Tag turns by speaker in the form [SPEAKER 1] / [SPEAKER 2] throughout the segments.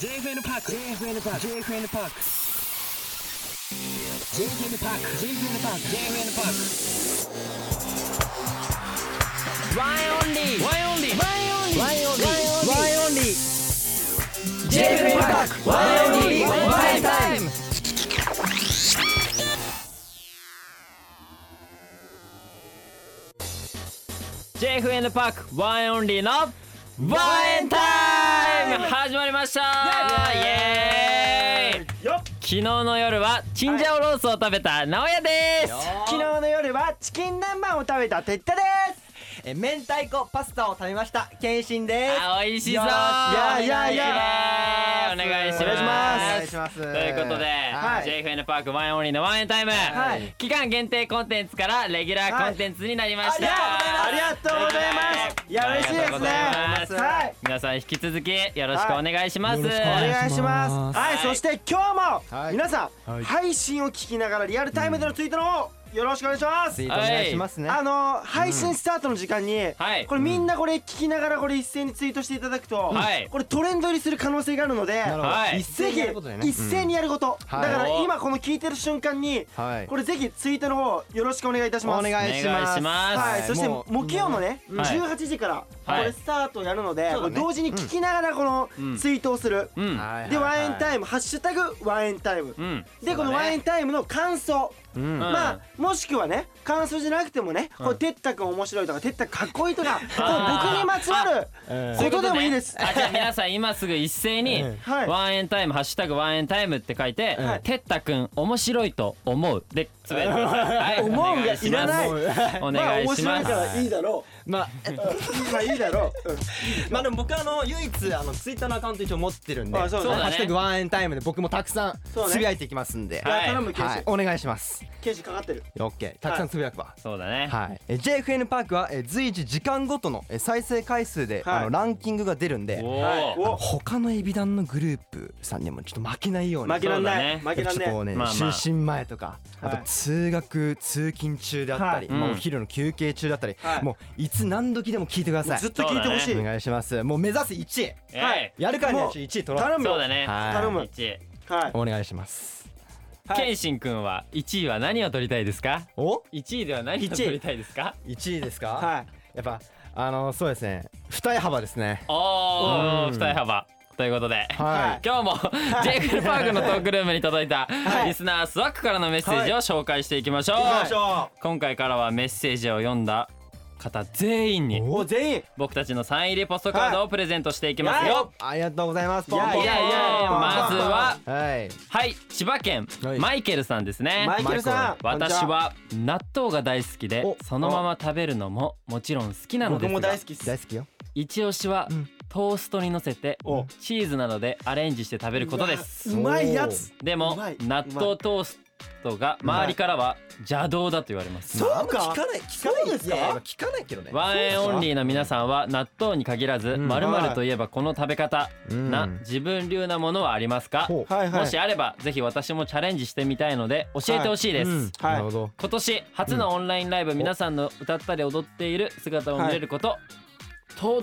[SPEAKER 1] JFN パーク JFN パーク JFN パーク JFN パーク JFN パーク JFN パークワイオンリーワイオンリーワイオンリーワイオンリー JFN パークワイオンリーワイタイム
[SPEAKER 2] パークワンオンリーのワンエンタイム始まりましたイエーイ昨日の夜はチンジャオロースを食べた直哉です
[SPEAKER 3] 昨日の夜はチキン南蛮を食べたてったですえ明太子パスタを食べました謙信です
[SPEAKER 2] あ美味しそう
[SPEAKER 3] よーしいやいやい
[SPEAKER 2] お
[SPEAKER 3] や
[SPEAKER 2] 願いします
[SPEAKER 3] お願いしますお願いします
[SPEAKER 2] ということで、
[SPEAKER 3] はい
[SPEAKER 2] JFN パークワンエンオンリーのワンエンタイム、
[SPEAKER 3] はい
[SPEAKER 2] 期間限定コンテンツからレギュラーコンテンツになりました、
[SPEAKER 3] ありがとうございますいや嬉しいで
[SPEAKER 2] あり
[SPEAKER 3] すね
[SPEAKER 2] がとうございます
[SPEAKER 3] はい
[SPEAKER 2] 皆さん引き続きよろしくお願いします、
[SPEAKER 3] お願いしま
[SPEAKER 4] お願いしますす
[SPEAKER 3] は
[SPEAKER 2] は
[SPEAKER 3] い
[SPEAKER 2] い
[SPEAKER 3] そして今日も
[SPEAKER 4] はい
[SPEAKER 3] 皆さん
[SPEAKER 4] はい
[SPEAKER 3] 配信を聞きながらリアルタイムでのツイートの方よろしくお願いします
[SPEAKER 4] ツイートお願いしますね。
[SPEAKER 3] あの配信スタートの時間に、
[SPEAKER 2] はい
[SPEAKER 3] これみんなこれ聞きながらこれ一斉にツイートしていただくと、
[SPEAKER 2] はい
[SPEAKER 3] これトレンド入りする可能性があるので
[SPEAKER 4] なるほど
[SPEAKER 2] はい
[SPEAKER 4] 一
[SPEAKER 3] ぜ
[SPEAKER 4] 斉に
[SPEAKER 3] ひ
[SPEAKER 4] やることでね。
[SPEAKER 3] 一斉にやること、
[SPEAKER 4] はい
[SPEAKER 3] だから今この聞いてる瞬間に、
[SPEAKER 4] うんはい。
[SPEAKER 3] これぜひツイートの方よろしくお願いいたします
[SPEAKER 4] お願いし
[SPEAKER 2] お願い
[SPEAKER 4] ま
[SPEAKER 2] し
[SPEAKER 4] す。
[SPEAKER 2] ます
[SPEAKER 3] はい、そして
[SPEAKER 4] もう
[SPEAKER 3] 木曜のね、
[SPEAKER 2] ん
[SPEAKER 3] 18時からこ
[SPEAKER 2] はい
[SPEAKER 3] れスタートやるので、
[SPEAKER 4] そうだね
[SPEAKER 3] 同時に聞きながらこの
[SPEAKER 2] うん
[SPEAKER 3] ツイートをする、
[SPEAKER 2] うん
[SPEAKER 4] はい
[SPEAKER 3] で、ワンエン
[SPEAKER 4] イ
[SPEAKER 3] タイム「ハッシュタグワンエンタイム」
[SPEAKER 2] うん
[SPEAKER 3] で、このワンエンタイムの感想、
[SPEAKER 4] ム。うん。
[SPEAKER 2] うん
[SPEAKER 3] まあもしくはね感想じゃなくてもねこうてったくん面白いとかてったくんかっこいいとかこう僕にまつわる
[SPEAKER 4] うん
[SPEAKER 3] ことでもいいです
[SPEAKER 2] あじゃあ皆さん今すぐ一斉に
[SPEAKER 4] うん
[SPEAKER 2] 「
[SPEAKER 3] はい
[SPEAKER 2] ワンエンタイム」「ハッシュタグワンエンタイム」って書いて
[SPEAKER 3] は
[SPEAKER 2] 「
[SPEAKER 3] い
[SPEAKER 2] てったくん面白いと思う」でつぶやいてくださいはい。
[SPEAKER 3] 思うがいらない
[SPEAKER 2] お
[SPEAKER 3] まあ
[SPEAKER 2] 願い
[SPEAKER 3] 面
[SPEAKER 2] し
[SPEAKER 3] 白
[SPEAKER 2] ま
[SPEAKER 3] い
[SPEAKER 2] す。
[SPEAKER 3] からいいだろ
[SPEAKER 4] まあ、
[SPEAKER 3] ううんまあいいだろううん
[SPEAKER 4] まあでも僕あの唯一あのツイッターのアカウント一応持ってるんで、
[SPEAKER 3] あそう
[SPEAKER 2] だね
[SPEAKER 4] ハッシュタグワンエンタイムで僕もたくさん
[SPEAKER 3] そうね
[SPEAKER 4] つぶやいていきますんで。
[SPEAKER 2] はい
[SPEAKER 3] 頼む
[SPEAKER 4] は
[SPEAKER 3] 剣
[SPEAKER 4] い。お願いします。
[SPEAKER 3] 士剣士かかってる
[SPEAKER 4] オッケー。たくさんつぶやくわ。
[SPEAKER 2] そうだね。
[SPEAKER 4] はい、え JFN パークはえ随時時間ごとのえ再生回数で、
[SPEAKER 3] はい
[SPEAKER 4] あのランキングが出るんで
[SPEAKER 2] お
[SPEAKER 3] はい
[SPEAKER 2] お。
[SPEAKER 3] お
[SPEAKER 4] 他のエビダンのグループさんにもちょっと負けないように
[SPEAKER 3] 負けらんない
[SPEAKER 2] そう
[SPEAKER 3] 負けらん
[SPEAKER 4] ちょっとこう
[SPEAKER 3] ね
[SPEAKER 4] ね、
[SPEAKER 2] まあまあ
[SPEAKER 4] 就寝前とか、
[SPEAKER 3] はい
[SPEAKER 4] あと通学通勤中であったり、
[SPEAKER 3] は
[SPEAKER 4] まあ
[SPEAKER 2] うん
[SPEAKER 4] お昼の休憩中だったり、
[SPEAKER 3] はい
[SPEAKER 4] もういつ何時でも聞いてください
[SPEAKER 3] ずっと聞いてほし
[SPEAKER 4] お
[SPEAKER 3] い
[SPEAKER 4] 願いしますもう目指す1位
[SPEAKER 2] はい。
[SPEAKER 4] やるからには1位取ろう
[SPEAKER 3] 頼む
[SPEAKER 2] そう
[SPEAKER 3] よ
[SPEAKER 2] だね。
[SPEAKER 4] はい
[SPEAKER 3] 頼む
[SPEAKER 2] 一。
[SPEAKER 3] はい
[SPEAKER 4] お願いします
[SPEAKER 3] はい
[SPEAKER 2] 謙信くんは一位は何を取りたいですか？
[SPEAKER 4] お
[SPEAKER 2] 一位では何を取りたいですか？
[SPEAKER 4] 1位ですか、
[SPEAKER 3] はい
[SPEAKER 4] やっぱあのそうですね二重幅ですね
[SPEAKER 2] おお
[SPEAKER 4] うん
[SPEAKER 2] 二重幅ということで。
[SPEAKER 4] はい
[SPEAKER 2] 今日もジェイクルパークのトークルームに届いたリスナースワックからのメッセージを紹介していきましょう。
[SPEAKER 3] 行きましょ
[SPEAKER 2] 今回からはメッセージを読んだ方全員に
[SPEAKER 3] うもう全員
[SPEAKER 2] 僕たちのサイン入りポストカードをプレゼントしていきますよ。
[SPEAKER 4] ありがとうございます
[SPEAKER 3] いや
[SPEAKER 2] いや
[SPEAKER 3] い
[SPEAKER 2] いやいやまずは
[SPEAKER 4] はい
[SPEAKER 2] はい千葉県
[SPEAKER 4] はい
[SPEAKER 2] マイケルさんですね。
[SPEAKER 3] マイケルさん
[SPEAKER 2] 私は納豆が大好きで
[SPEAKER 4] お
[SPEAKER 2] そのまま食べるのももちろん好きなので
[SPEAKER 3] 僕
[SPEAKER 2] す
[SPEAKER 3] も
[SPEAKER 2] が
[SPEAKER 3] 大好きっす
[SPEAKER 4] 大好きよ
[SPEAKER 2] 一押しは
[SPEAKER 4] うん
[SPEAKER 2] トーストにのせて
[SPEAKER 3] お
[SPEAKER 2] チーズなどでアレンジして食べることです
[SPEAKER 3] うわうまいやつ
[SPEAKER 2] でも
[SPEAKER 3] うまい
[SPEAKER 2] 納豆トーストが周りからは邪道だと言われます
[SPEAKER 3] そうか
[SPEAKER 4] あんま聞かない聞か
[SPEAKER 3] そう
[SPEAKER 4] な
[SPEAKER 3] で
[SPEAKER 4] い
[SPEAKER 3] す
[SPEAKER 4] い
[SPEAKER 3] か
[SPEAKER 4] やいや聞かないけどね
[SPEAKER 2] ワンエンオンリーの皆さんは納豆に限らず
[SPEAKER 4] ん
[SPEAKER 2] まるといえばこの食べ方
[SPEAKER 4] うん
[SPEAKER 2] な自分流なものはありますか
[SPEAKER 4] ほう
[SPEAKER 3] はいは
[SPEAKER 2] も
[SPEAKER 3] い
[SPEAKER 2] しあればぜひ私もチャレンジしてみたいので教えてほしいで
[SPEAKER 4] うん
[SPEAKER 2] す
[SPEAKER 3] はい
[SPEAKER 4] なるほど
[SPEAKER 2] 今年初のオンラインライブ皆さんの歌ったり踊っている姿を見れることとっ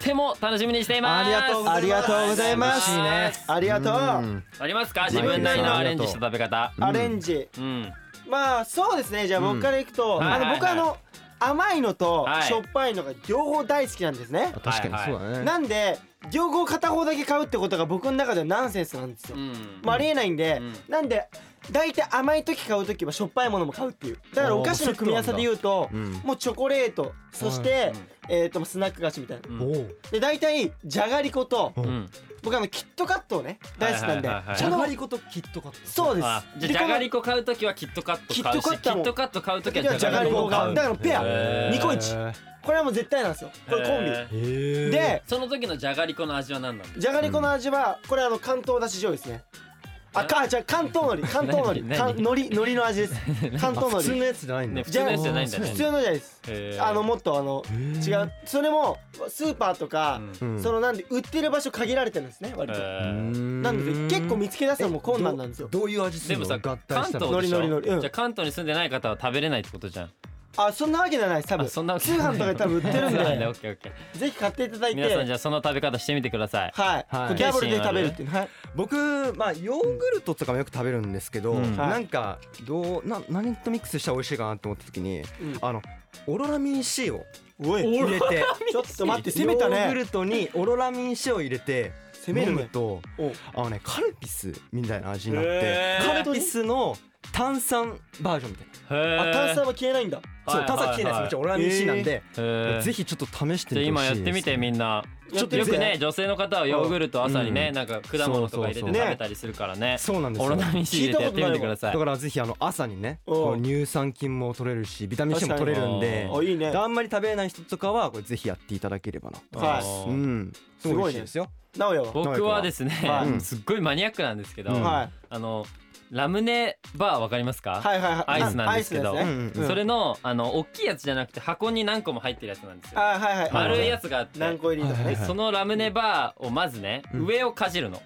[SPEAKER 2] ても楽しみにしています
[SPEAKER 3] ありがとうございます
[SPEAKER 2] 嬉しいね
[SPEAKER 3] ありがとう
[SPEAKER 4] うん
[SPEAKER 2] ありますか自分なりのアレンジした食べ方
[SPEAKER 3] アレンジ
[SPEAKER 2] うん
[SPEAKER 3] まあそうですねじゃあ
[SPEAKER 4] うん
[SPEAKER 3] 僕からいくと
[SPEAKER 2] はい
[SPEAKER 3] あ
[SPEAKER 2] はい
[SPEAKER 3] の僕あの甘いのと
[SPEAKER 2] はい
[SPEAKER 3] しょっぱいのが両方大好きなんですね
[SPEAKER 4] 確かにそうだね
[SPEAKER 3] なんで両方片方だけ買うってことが僕の中ではナンセンスなんですよ
[SPEAKER 2] うん
[SPEAKER 3] まあありえないんで
[SPEAKER 2] うん
[SPEAKER 3] なんで大体甘い時買う時はしょっぱいものも買うっていうだからお菓子の組み合わせで言うと
[SPEAKER 4] うん
[SPEAKER 3] もうチョコレートそしてえーとスナック菓子みたいな
[SPEAKER 2] うん
[SPEAKER 4] おう
[SPEAKER 3] で大体じゃがりこと
[SPEAKER 4] う
[SPEAKER 2] うん
[SPEAKER 3] 僕あのキットカットをね大好きなんで
[SPEAKER 2] はいはいはいはい
[SPEAKER 3] その
[SPEAKER 4] りことキットカッ
[SPEAKER 3] そうです
[SPEAKER 2] あじゃあ
[SPEAKER 3] で
[SPEAKER 2] じゃが
[SPEAKER 3] この
[SPEAKER 2] りこ買うときはキットカット買うし
[SPEAKER 3] キットカット
[SPEAKER 2] キ
[SPEAKER 3] は
[SPEAKER 2] ッ
[SPEAKER 3] もう
[SPEAKER 2] トカット買うとき
[SPEAKER 3] 時
[SPEAKER 2] は
[SPEAKER 3] は
[SPEAKER 2] じ
[SPEAKER 3] じ
[SPEAKER 2] ゃ
[SPEAKER 3] ゃ
[SPEAKER 2] が
[SPEAKER 3] が
[SPEAKER 2] り
[SPEAKER 3] り
[SPEAKER 2] こ
[SPEAKER 3] こ
[SPEAKER 2] 買
[SPEAKER 3] が
[SPEAKER 2] う
[SPEAKER 3] だからペ
[SPEAKER 2] へー
[SPEAKER 3] アニコイチこれはもう絶対なんですよこれコンビ
[SPEAKER 2] へ
[SPEAKER 4] へ
[SPEAKER 3] で
[SPEAKER 2] その時のじゃがりこの味は何なの
[SPEAKER 3] じゃがりこの味はこれあの関東だし醤油ですねあかじゃあ関東のり関東のり
[SPEAKER 2] 何
[SPEAKER 3] か
[SPEAKER 2] 何
[SPEAKER 3] 海苔海苔の味です 関東の
[SPEAKER 4] 普通
[SPEAKER 3] り
[SPEAKER 4] のやつじゃないんだ
[SPEAKER 2] ね普通のやつじゃないんだね
[SPEAKER 3] 普通のじゃないです
[SPEAKER 2] へー
[SPEAKER 3] あのもっとあの違うそれもスーパーとか
[SPEAKER 2] うん
[SPEAKER 4] うん
[SPEAKER 3] そのなんで売ってる場所限られてるんですね割と
[SPEAKER 2] へ
[SPEAKER 4] う
[SPEAKER 2] ー
[SPEAKER 4] ん
[SPEAKER 3] なので結構見つけ出すのも困難なんですよ
[SPEAKER 4] どういう味す
[SPEAKER 2] で
[SPEAKER 4] る
[SPEAKER 2] も
[SPEAKER 4] の
[SPEAKER 2] さ
[SPEAKER 4] 合
[SPEAKER 2] 関
[SPEAKER 4] 体した
[SPEAKER 2] 東
[SPEAKER 4] の
[SPEAKER 2] でしょ
[SPEAKER 3] ノリノリノリうん
[SPEAKER 2] じゃあ関東に住んでない方は食べれないってことじゃん
[SPEAKER 3] あそんなわけじゃないです多
[SPEAKER 2] あ
[SPEAKER 3] 分
[SPEAKER 2] そんなわけ
[SPEAKER 3] 通販とかで多分売ってるん
[SPEAKER 2] そうなん
[SPEAKER 3] で
[SPEAKER 2] だオッケーオッケー
[SPEAKER 3] ぜひ買っていただいて
[SPEAKER 2] 皆さんじゃあその食べ方してみてください
[SPEAKER 3] はい、
[SPEAKER 2] はい
[SPEAKER 3] ギャブルで食べるっていうはい
[SPEAKER 4] 僕まあヨーグルトとかもよく食べるんですけど、
[SPEAKER 2] うん
[SPEAKER 4] なんかどうな何とミックスしたら美味しいかなと思った時に、あのオロラミン C を
[SPEAKER 3] おい
[SPEAKER 4] 入れ て
[SPEAKER 3] ちょっと待って攻めた
[SPEAKER 4] ヨーグ
[SPEAKER 3] ね
[SPEAKER 4] ルトにオロラミン C を入れて攻めると
[SPEAKER 3] お
[SPEAKER 4] あのねカルピスみたいな味になって、
[SPEAKER 2] へー
[SPEAKER 4] カルピスの炭酸バージョンみたい
[SPEAKER 2] へ
[SPEAKER 3] あ炭
[SPEAKER 2] ー
[SPEAKER 3] 酸は消えないんだ
[SPEAKER 2] はい
[SPEAKER 4] な、そう炭酸消えないですもちろんオロラミン C なんで、
[SPEAKER 2] へー
[SPEAKER 4] ぜひちょっと試して
[SPEAKER 2] じゃあ
[SPEAKER 4] み
[SPEAKER 2] 今
[SPEAKER 4] てほしい
[SPEAKER 2] やっ
[SPEAKER 4] です
[SPEAKER 2] てみてみんな
[SPEAKER 3] ちょっと
[SPEAKER 2] よく
[SPEAKER 3] やって
[SPEAKER 2] ね女性の方はヨーグルト朝にね、
[SPEAKER 4] うん
[SPEAKER 2] なんか果物とか入れて
[SPEAKER 4] そ
[SPEAKER 2] 食
[SPEAKER 4] うそうそう
[SPEAKER 2] べたりするからね
[SPEAKER 4] そうなんです
[SPEAKER 2] オ
[SPEAKER 4] よ
[SPEAKER 2] ロナミン C 入れてやってみてください
[SPEAKER 4] だからぜひあの朝にね
[SPEAKER 3] うん
[SPEAKER 4] こう乳酸菌も取れるしビタミン C も取れるんで
[SPEAKER 2] 確
[SPEAKER 3] あいいね
[SPEAKER 4] あんまり食べれない人とかはこれぜひやっていただければなと
[SPEAKER 3] はい
[SPEAKER 2] うん
[SPEAKER 4] うんすごい美味しいですよ
[SPEAKER 3] 直哉は
[SPEAKER 2] 僕はですね、
[SPEAKER 3] はい
[SPEAKER 2] すっごいマニアックなんですけど、
[SPEAKER 4] うん
[SPEAKER 3] はい
[SPEAKER 2] あのラムネバーわかりますか、
[SPEAKER 3] はいはいはい
[SPEAKER 2] アイスなんですけど
[SPEAKER 3] アイスですね
[SPEAKER 4] うん
[SPEAKER 3] うん
[SPEAKER 2] それのあの大きいやつじゃなくて箱に何個も入ってるやつなんですよ
[SPEAKER 3] あはいはい
[SPEAKER 2] 丸いやつがあって
[SPEAKER 3] 何個入りとか
[SPEAKER 4] は
[SPEAKER 3] ね
[SPEAKER 4] い
[SPEAKER 2] そのラムネバーをまずね、
[SPEAKER 4] うん
[SPEAKER 2] 上をかじるの、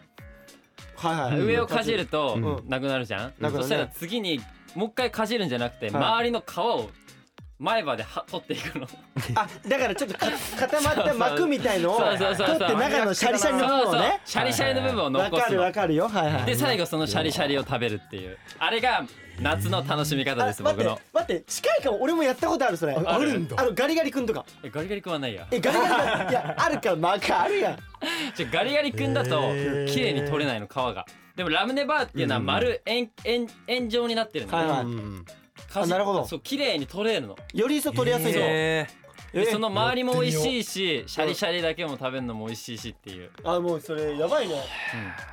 [SPEAKER 3] はいはい
[SPEAKER 2] 上をかじると、
[SPEAKER 3] うん
[SPEAKER 2] なくなるじゃん、
[SPEAKER 3] なくなる
[SPEAKER 2] そ
[SPEAKER 3] ね
[SPEAKER 2] したら次にもう一回かじるんじゃなくて、
[SPEAKER 3] い
[SPEAKER 2] 周りの皮を前歯では取っていくのそ
[SPEAKER 3] あだからちょっとか固まった膜みたいのを
[SPEAKER 2] そう
[SPEAKER 3] 取
[SPEAKER 2] そう
[SPEAKER 3] っ
[SPEAKER 2] そ
[SPEAKER 3] て
[SPEAKER 2] うそう
[SPEAKER 3] 中のシャリシャリ
[SPEAKER 2] う
[SPEAKER 3] の部分を
[SPEAKER 2] そう
[SPEAKER 3] ね
[SPEAKER 2] シャリシャリの部分を
[SPEAKER 3] わ
[SPEAKER 2] 残
[SPEAKER 3] か
[SPEAKER 2] す
[SPEAKER 3] る
[SPEAKER 2] の
[SPEAKER 3] わかるよはいはい
[SPEAKER 2] で最後そのシャリシャリを食べるっていうあれが夏の楽しみ方
[SPEAKER 3] あ
[SPEAKER 2] です
[SPEAKER 3] 待っ
[SPEAKER 2] 僕
[SPEAKER 3] て
[SPEAKER 2] の
[SPEAKER 3] 待って近いかも俺もやったことあるそれ
[SPEAKER 2] あるん
[SPEAKER 3] だあのガリガリ君とか
[SPEAKER 2] えガリガリ君はないや
[SPEAKER 3] えガリガリ君いやあるからマーカーあるやん
[SPEAKER 2] じゃガリガリ君だと
[SPEAKER 4] へー
[SPEAKER 2] 綺麗に取れないの皮がでもラムネバーっていうのは丸円円円状になってるの
[SPEAKER 3] はい
[SPEAKER 2] ね
[SPEAKER 3] は
[SPEAKER 4] うん
[SPEAKER 2] かじ
[SPEAKER 3] あなるほど
[SPEAKER 2] そう綺麗に取れるの
[SPEAKER 3] いより一層取りやすいぞ
[SPEAKER 4] へ
[SPEAKER 2] で
[SPEAKER 3] え
[SPEAKER 2] その周りも美味しいしシャリシャリだけも食べるのも美味しいしっていう
[SPEAKER 3] あもうそれやばいね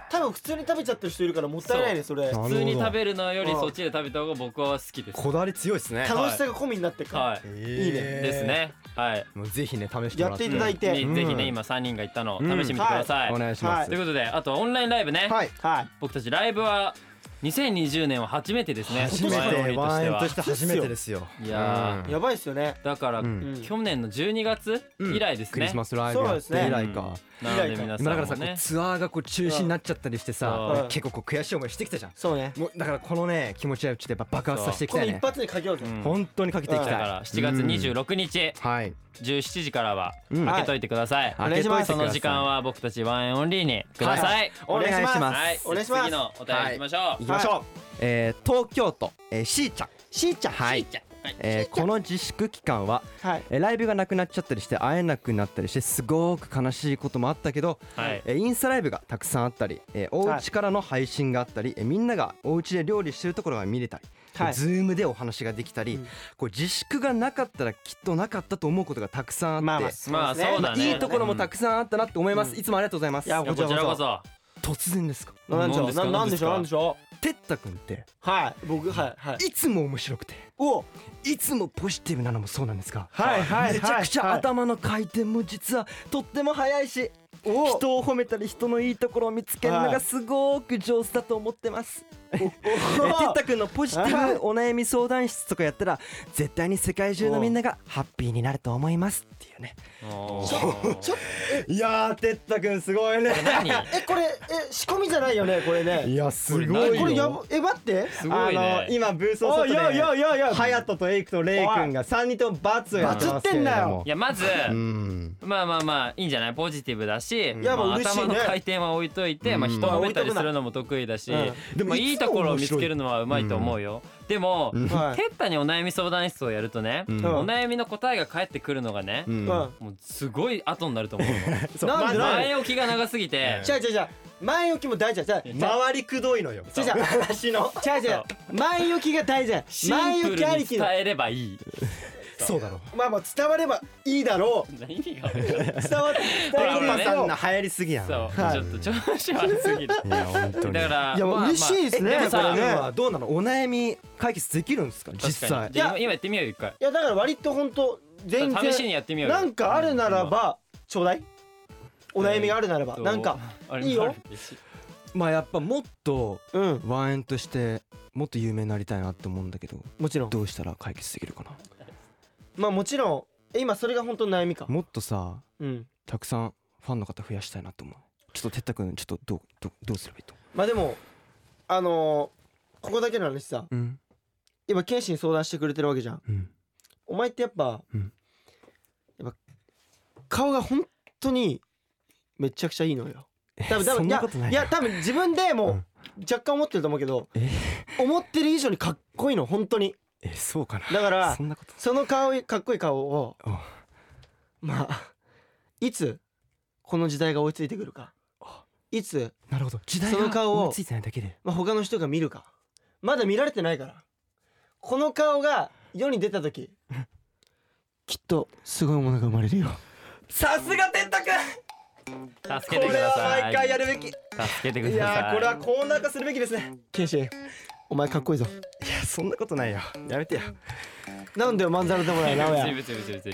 [SPEAKER 3] 多分普通に食べちゃってる人いるからもったいないねそれ
[SPEAKER 4] ー
[SPEAKER 2] 普通に食べるのより
[SPEAKER 3] うん
[SPEAKER 2] そっちで食べた方が僕は好きです
[SPEAKER 4] こだわり強いですね
[SPEAKER 2] わ
[SPEAKER 3] 楽しさが込みになってるから
[SPEAKER 2] はい
[SPEAKER 4] い
[SPEAKER 3] いね
[SPEAKER 2] ですねはい
[SPEAKER 4] もうぜひね試してもらって
[SPEAKER 3] やっていただいて
[SPEAKER 2] に
[SPEAKER 4] うん
[SPEAKER 2] ぜひね今3人が行ったのを試
[SPEAKER 4] うん
[SPEAKER 2] してみてください
[SPEAKER 4] お願いしま
[SPEAKER 3] は
[SPEAKER 4] す
[SPEAKER 2] ということであとはオンラインライブね
[SPEAKER 4] はい
[SPEAKER 3] はい
[SPEAKER 2] 僕たちライブは2020年は初めてですね
[SPEAKER 4] 初め
[SPEAKER 2] ワイオンリ
[SPEAKER 4] て
[SPEAKER 2] ーと
[SPEAKER 4] ワンエンと
[SPEAKER 2] し
[SPEAKER 4] してて初めてですよ
[SPEAKER 2] いやー
[SPEAKER 4] うん
[SPEAKER 3] やばいっすよね。
[SPEAKER 2] はだから
[SPEAKER 4] うん
[SPEAKER 2] 去年の12月以来です
[SPEAKER 4] クリ
[SPEAKER 2] ね
[SPEAKER 4] スマスライブやって以来か
[SPEAKER 2] なので皆さん
[SPEAKER 4] 今だから
[SPEAKER 2] も
[SPEAKER 4] さこ
[SPEAKER 2] ね
[SPEAKER 4] うツアーがこう中止になっちゃったりして
[SPEAKER 2] うん
[SPEAKER 4] さ
[SPEAKER 3] うん
[SPEAKER 4] 結構こう悔しい思いしてきたじゃん
[SPEAKER 3] そうね。
[SPEAKER 4] もうだからこのね気持ちはうちでやっぱ爆発させていき
[SPEAKER 3] この
[SPEAKER 4] たい
[SPEAKER 3] 一
[SPEAKER 4] ね
[SPEAKER 3] 発でかけようぜ
[SPEAKER 2] う。ん
[SPEAKER 4] 本当にかけていき
[SPEAKER 2] だか
[SPEAKER 4] た
[SPEAKER 2] ら7月26日
[SPEAKER 4] いはい
[SPEAKER 2] 17時からは
[SPEAKER 4] うん
[SPEAKER 2] 開けといてください
[SPEAKER 4] お
[SPEAKER 3] 願いします
[SPEAKER 2] その時間は僕たちワンエンオンリーにください
[SPEAKER 4] お願いします
[SPEAKER 2] はい
[SPEAKER 3] お願いします
[SPEAKER 2] 次のお便り行きましょう
[SPEAKER 4] 行きましょうえー東京都えーしーちゃん
[SPEAKER 3] しーちゃん。
[SPEAKER 4] はいえーこの自粛期間は
[SPEAKER 3] はい。
[SPEAKER 4] えーライブがなくなっちゃったりして会えなくなったりしてすごく悲しいこともあったけど、
[SPEAKER 2] はい
[SPEAKER 4] えーインスタライブがたくさんあったり、えー、お家からの配信があったり、えーみんながお家で料理してるところが見れたり、
[SPEAKER 3] はい
[SPEAKER 4] ズームでお話ができたり、
[SPEAKER 3] うん
[SPEAKER 4] こう自粛がなかったらきっとなかったと思うことがたくさんあって、
[SPEAKER 3] まあまあ、
[SPEAKER 2] まあそうだね
[SPEAKER 4] いいところもたくさんあったなって思います、
[SPEAKER 3] うん
[SPEAKER 4] いつもありがとうございます
[SPEAKER 3] いや
[SPEAKER 2] いや
[SPEAKER 3] こ
[SPEAKER 2] こち
[SPEAKER 3] ち
[SPEAKER 2] ら
[SPEAKER 3] ら
[SPEAKER 2] こ
[SPEAKER 3] こ
[SPEAKER 2] そ
[SPEAKER 4] 突然ですか
[SPEAKER 3] なんでしょ
[SPEAKER 2] 何です
[SPEAKER 3] う。
[SPEAKER 2] か
[SPEAKER 3] ななんでしょう。
[SPEAKER 2] 何
[SPEAKER 3] なん
[SPEAKER 2] で
[SPEAKER 3] でしょ
[SPEAKER 4] てったくんって
[SPEAKER 3] う。はい。僕はいはい。
[SPEAKER 4] いつも面白くて
[SPEAKER 3] お。
[SPEAKER 4] いつもポジティブなのもそうなんですが、
[SPEAKER 3] はいはい
[SPEAKER 4] めちゃくちゃ。頭の回転も実はとっても速いし
[SPEAKER 3] お。
[SPEAKER 4] 人を褒めたり人のいいところを見つけるの
[SPEAKER 3] は
[SPEAKER 4] が
[SPEAKER 3] い
[SPEAKER 4] すごく上手だと思ってます。え
[SPEAKER 3] お
[SPEAKER 4] ーてったくんのポジティブお悩み相談室とかやったら絶対に世界中のみんながハッピーになると思いますっていうね。
[SPEAKER 2] おー
[SPEAKER 3] ちょ
[SPEAKER 4] いやーてったくんすごいね。
[SPEAKER 2] 何
[SPEAKER 3] えこれえ仕込みじゃないよねこれね。
[SPEAKER 4] やす
[SPEAKER 2] ごいよ
[SPEAKER 3] これやばえ待って。
[SPEAKER 2] すごい
[SPEAKER 4] あの
[SPEAKER 2] ね
[SPEAKER 4] 今ブースを
[SPEAKER 3] お
[SPEAKER 4] 外
[SPEAKER 3] いよいよ
[SPEAKER 4] で
[SPEAKER 3] いよいよ。
[SPEAKER 4] ハヤトとエイクとレイくんが三人ともバツをやって
[SPEAKER 3] バ
[SPEAKER 4] ますけれど
[SPEAKER 3] ツってんな
[SPEAKER 4] も
[SPEAKER 3] よ
[SPEAKER 2] いやまず
[SPEAKER 4] うん
[SPEAKER 2] まあまあまあいいんじゃないポジティブだし、
[SPEAKER 3] いや
[SPEAKER 2] まあ
[SPEAKER 3] もう嬉しいね
[SPEAKER 2] 頭の回転は置いといて、まあ、人を褒めたりするのも得意だし、
[SPEAKER 3] うん
[SPEAKER 2] で
[SPEAKER 4] で
[SPEAKER 2] も
[SPEAKER 4] も
[SPEAKER 2] いいところを見つけるのはうまいと思うよ、でも、
[SPEAKER 4] ん
[SPEAKER 3] はい
[SPEAKER 2] てったにお悩み相談室をやるとね、
[SPEAKER 4] うん
[SPEAKER 2] お悩みの答えが返ってくるのがね、
[SPEAKER 4] うん
[SPEAKER 3] うん。
[SPEAKER 2] もうすごい後になる と思うの
[SPEAKER 4] そう
[SPEAKER 3] なんで
[SPEAKER 4] まず
[SPEAKER 3] なんで
[SPEAKER 2] 前置きが長すぎて
[SPEAKER 3] じゃじゃじゃ前置きも大事じゃじゃ。
[SPEAKER 4] 回りくどいのよ。
[SPEAKER 3] じゃじゃ話の。じゃじゃ前置きが大事じゃ。
[SPEAKER 2] シ
[SPEAKER 3] 前
[SPEAKER 2] ンプ
[SPEAKER 3] 置きあ
[SPEAKER 2] ル
[SPEAKER 3] り
[SPEAKER 2] に
[SPEAKER 3] き
[SPEAKER 2] 伝
[SPEAKER 3] の。
[SPEAKER 2] えればいい
[SPEAKER 4] そうだろう。
[SPEAKER 3] まあまあ伝わればいいだろう。
[SPEAKER 2] 意味が分かんない
[SPEAKER 3] 伝 わって
[SPEAKER 2] ほ
[SPEAKER 3] 伝
[SPEAKER 2] らほ
[SPEAKER 3] わる
[SPEAKER 2] ら
[SPEAKER 3] だ
[SPEAKER 2] ね
[SPEAKER 3] ろう。
[SPEAKER 4] 流行りすぎやん。
[SPEAKER 2] そう、
[SPEAKER 3] はい
[SPEAKER 2] ちょっと調子悪すぎる
[SPEAKER 4] いや本当に。
[SPEAKER 2] だから
[SPEAKER 3] いや、
[SPEAKER 2] まあまあ
[SPEAKER 3] 嬉しいですね、
[SPEAKER 2] でも
[SPEAKER 3] こ
[SPEAKER 2] さ
[SPEAKER 3] れね。
[SPEAKER 4] はどうなのお悩み解決できるんですか実
[SPEAKER 2] 確か
[SPEAKER 4] 際
[SPEAKER 2] にじゃあ
[SPEAKER 3] いや
[SPEAKER 2] 今今やってみようよ一回
[SPEAKER 3] いや、だから割と本当全然。
[SPEAKER 2] 試しにやってみようよ
[SPEAKER 3] なんかあるならば、ちょうだい。お悩みがあるならば、
[SPEAKER 2] そう
[SPEAKER 3] なんか。
[SPEAKER 2] あれ
[SPEAKER 3] いいよ
[SPEAKER 2] あるし
[SPEAKER 4] まあやっぱもっと
[SPEAKER 3] うん、
[SPEAKER 4] ワンエンとしてもっと有名になりたいなって思うんだけど
[SPEAKER 3] もちろん。
[SPEAKER 4] どうしたら解決できるかな
[SPEAKER 3] まあもちろん、え今それが本当の悩みか。
[SPEAKER 4] もっとさ
[SPEAKER 3] うん。
[SPEAKER 4] たくさんファンの方増やしたいなと思うちょっとてったくんちょっとどうどうどうすればいいと
[SPEAKER 3] まあでも、あのーここだけの話さ、
[SPEAKER 4] 思ううん
[SPEAKER 3] 今、剣士に相談してくれてるわけじゃん。
[SPEAKER 4] うん
[SPEAKER 3] お前ってやっぱ、
[SPEAKER 4] うん
[SPEAKER 3] やっぱ顔が本当にめちゃくちゃいいのよ多分多
[SPEAKER 4] そ
[SPEAKER 3] 分
[SPEAKER 4] ん
[SPEAKER 3] い
[SPEAKER 4] な
[SPEAKER 3] や
[SPEAKER 4] ことない
[SPEAKER 3] いや多分自分で
[SPEAKER 4] う
[SPEAKER 3] も
[SPEAKER 4] ん
[SPEAKER 3] う若干思ってると思うけど、
[SPEAKER 4] え
[SPEAKER 3] 思ってる以上にかっこいいの本当に
[SPEAKER 4] えそうかな
[SPEAKER 3] だから
[SPEAKER 4] そんなこと
[SPEAKER 3] その顔かっこいい顔を
[SPEAKER 4] お
[SPEAKER 3] まあいつこの時代が追いついてくるかいつ、
[SPEAKER 4] なるほど時代が
[SPEAKER 3] その顔を
[SPEAKER 4] 追いついてないだけで
[SPEAKER 3] まあ、他の人が見るかまだ見られてないからこの顔が世に出た時きっとすごいものが生まれるよ
[SPEAKER 4] さすが天卓
[SPEAKER 2] 助けてください
[SPEAKER 3] やるべきい
[SPEAKER 2] 助けてください
[SPEAKER 3] コーナー化するべきですねケンシお前かっこいいぞ
[SPEAKER 4] いやそんなことないよやめてよ
[SPEAKER 3] なんだよまんざらでもない なおや
[SPEAKER 2] 別に別に別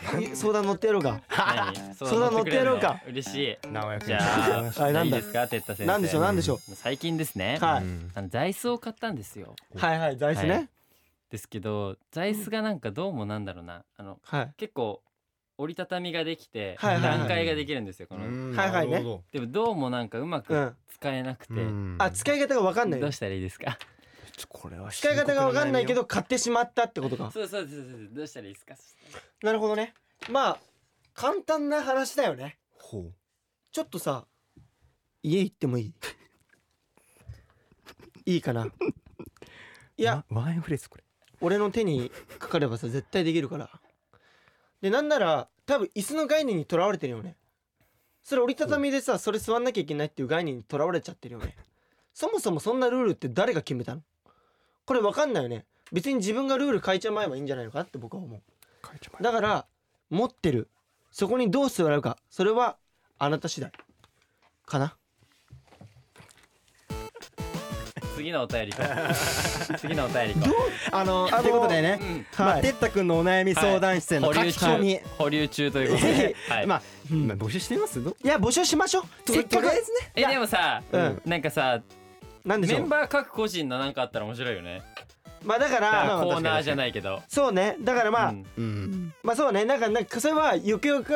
[SPEAKER 2] に
[SPEAKER 3] 相談乗ってやろうか
[SPEAKER 2] 何
[SPEAKER 3] そんな乗ってやろうか
[SPEAKER 2] 嬉しい
[SPEAKER 4] 直哉
[SPEAKER 2] じ
[SPEAKER 4] 君
[SPEAKER 2] ゃあ
[SPEAKER 3] あれなんだ
[SPEAKER 2] いいですか哲太先生
[SPEAKER 3] なんでしょうなんでしょ
[SPEAKER 2] 最近ですね
[SPEAKER 3] うはい、
[SPEAKER 4] うん
[SPEAKER 2] あの座椅子を買ったんですよ
[SPEAKER 3] はいはい座椅子ね
[SPEAKER 2] ですけど座椅子がなんかどうもなんだろうなあの
[SPEAKER 3] はい
[SPEAKER 2] 結構折りたたみができて
[SPEAKER 3] はいはいはい
[SPEAKER 2] 段階ができるんですよこの
[SPEAKER 4] うん
[SPEAKER 3] はいはいね
[SPEAKER 4] なるほ
[SPEAKER 2] でもどうもなんかうま
[SPEAKER 3] う
[SPEAKER 2] く
[SPEAKER 3] ん
[SPEAKER 2] 使えなくて
[SPEAKER 4] どうん
[SPEAKER 3] あ使い方が分かんない
[SPEAKER 2] どうしたらいいですか
[SPEAKER 4] ちょこれは
[SPEAKER 3] 使い方が分かんないけど買ってしまったってことか
[SPEAKER 2] そうそうそうそうどうしたらいいですか
[SPEAKER 3] なるほどねまあ簡単な話だよね
[SPEAKER 4] ほ
[SPEAKER 3] ちょっとさ家行っても いいいいかない
[SPEAKER 4] い
[SPEAKER 3] や
[SPEAKER 4] ワワインフレーズこれ
[SPEAKER 3] 俺の手にかかればさ絶対できるからでなんなら多分椅子の概念にとらわれてるよねそれ折りたたみでさそれ座んなきゃいけないっていう概念にとらわれちゃってるよねそもそもそんなルールって誰が決めたのこれ分かんないよね別に自分がルール変えちゃまえばいいんじゃないのかって僕は思う
[SPEAKER 4] 書いちゃ
[SPEAKER 3] だから持ってるそこにどう座るかそれはあなた次第かな
[SPEAKER 2] 次のお便り行こ う次のお便り行こ
[SPEAKER 4] あの
[SPEAKER 3] あの
[SPEAKER 4] ということでね
[SPEAKER 2] ううん
[SPEAKER 4] ま
[SPEAKER 3] は
[SPEAKER 4] あ
[SPEAKER 3] い
[SPEAKER 4] てったくんのお悩み相談室への
[SPEAKER 2] 保
[SPEAKER 4] 書き
[SPEAKER 2] 留
[SPEAKER 4] 込み
[SPEAKER 2] 中保留中ということではい
[SPEAKER 4] まあまあ募集してみますど
[SPEAKER 3] いや募集しましょう
[SPEAKER 4] せっかく
[SPEAKER 3] ね
[SPEAKER 4] ですね
[SPEAKER 2] えでもさ
[SPEAKER 3] うん
[SPEAKER 2] なんかさ
[SPEAKER 3] なんでし
[SPEAKER 2] メ
[SPEAKER 3] ょう
[SPEAKER 2] ンバー各個人のなんかあったら面白いよね
[SPEAKER 3] まあだか
[SPEAKER 2] だからら
[SPEAKER 3] まあ
[SPEAKER 2] コーナーじゃないけど
[SPEAKER 3] そうねだからまあ、
[SPEAKER 2] うん
[SPEAKER 4] うん
[SPEAKER 3] まあそうねなんかなんかそれはゆくゆく、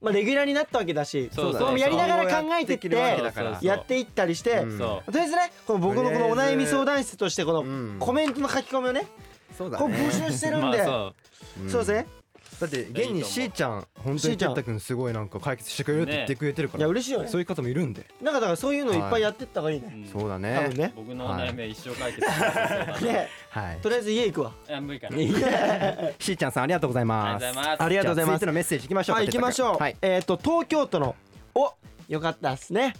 [SPEAKER 3] まあ、レギュラーになったわけだし
[SPEAKER 2] そう
[SPEAKER 3] こ
[SPEAKER 2] そう
[SPEAKER 3] やりながら考えてって
[SPEAKER 4] そうやっていけるわけ
[SPEAKER 2] だ
[SPEAKER 4] だ
[SPEAKER 2] か
[SPEAKER 4] からら
[SPEAKER 3] やっていったりして、
[SPEAKER 4] うん
[SPEAKER 2] そ
[SPEAKER 3] とりあえずねこの僕のこのお悩み相談室としてこの
[SPEAKER 4] ん
[SPEAKER 3] コメントの書き込みをね
[SPEAKER 4] そうだ
[SPEAKER 3] こう募集して
[SPEAKER 2] う
[SPEAKER 3] る
[SPEAKER 2] ま
[SPEAKER 3] ん
[SPEAKER 2] あ
[SPEAKER 3] で、
[SPEAKER 2] そ
[SPEAKER 4] うん
[SPEAKER 3] そうですね
[SPEAKER 4] だって現にしーちゃん本当
[SPEAKER 3] しー
[SPEAKER 4] に
[SPEAKER 3] ち
[SPEAKER 4] て
[SPEAKER 3] ゃん
[SPEAKER 4] ったくんすごいなんか解決してくれるって言ってくれてるか
[SPEAKER 3] いや
[SPEAKER 4] ら
[SPEAKER 3] 嬉しいよね
[SPEAKER 4] そういう方もいるんで
[SPEAKER 3] なんかだからそういうのいっぱいやってった方がいいね、
[SPEAKER 2] ううん
[SPEAKER 4] そうだ
[SPEAKER 3] 多分
[SPEAKER 4] ね
[SPEAKER 3] ね
[SPEAKER 2] 僕のお悩みは一生解決しますよ
[SPEAKER 3] で
[SPEAKER 4] はい
[SPEAKER 3] とりあえず家行くわ
[SPEAKER 2] いや無理かな
[SPEAKER 4] しーちゃんさんありがとうございます
[SPEAKER 2] ありがとうございます
[SPEAKER 3] ありがとうございます
[SPEAKER 4] じゃあ続いてのメッセージいきましょうか
[SPEAKER 3] はい行き
[SPEAKER 4] てったくん
[SPEAKER 3] ましょう、
[SPEAKER 4] はい
[SPEAKER 3] えっ、と東京都のおよかったっすね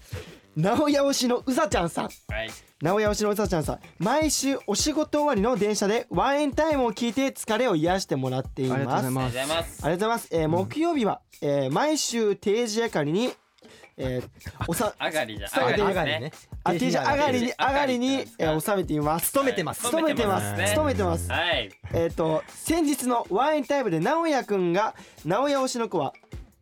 [SPEAKER 3] 直屋推しのうさちゃんさん
[SPEAKER 2] はい
[SPEAKER 3] 名古屋市のうさちゃんさん毎週お仕事終わりの電車でワンエンタイムを聞いて疲れを癒してもらっています
[SPEAKER 4] ありがと
[SPEAKER 2] あ
[SPEAKER 4] うござい
[SPEAKER 2] りがとう
[SPEAKER 4] ま
[SPEAKER 2] ご
[SPEAKER 4] す
[SPEAKER 2] ざいます
[SPEAKER 3] ありがとうございますえー木曜日は、えー毎週定時明かりに、えーおさ
[SPEAKER 2] 上がりじゃ
[SPEAKER 3] 伝わって
[SPEAKER 2] 上
[SPEAKER 3] る
[SPEAKER 2] がりですね
[SPEAKER 3] あ定時上がり
[SPEAKER 2] 定時
[SPEAKER 3] に上
[SPEAKER 2] 上が
[SPEAKER 3] が
[SPEAKER 2] り
[SPEAKER 3] り
[SPEAKER 2] に
[SPEAKER 3] に、えー収めています
[SPEAKER 2] 勤めてます
[SPEAKER 3] 勤めてます勤めてます
[SPEAKER 2] はい
[SPEAKER 3] えっ、と先日のワンエンタイムで直哉くんが直哉推しの子は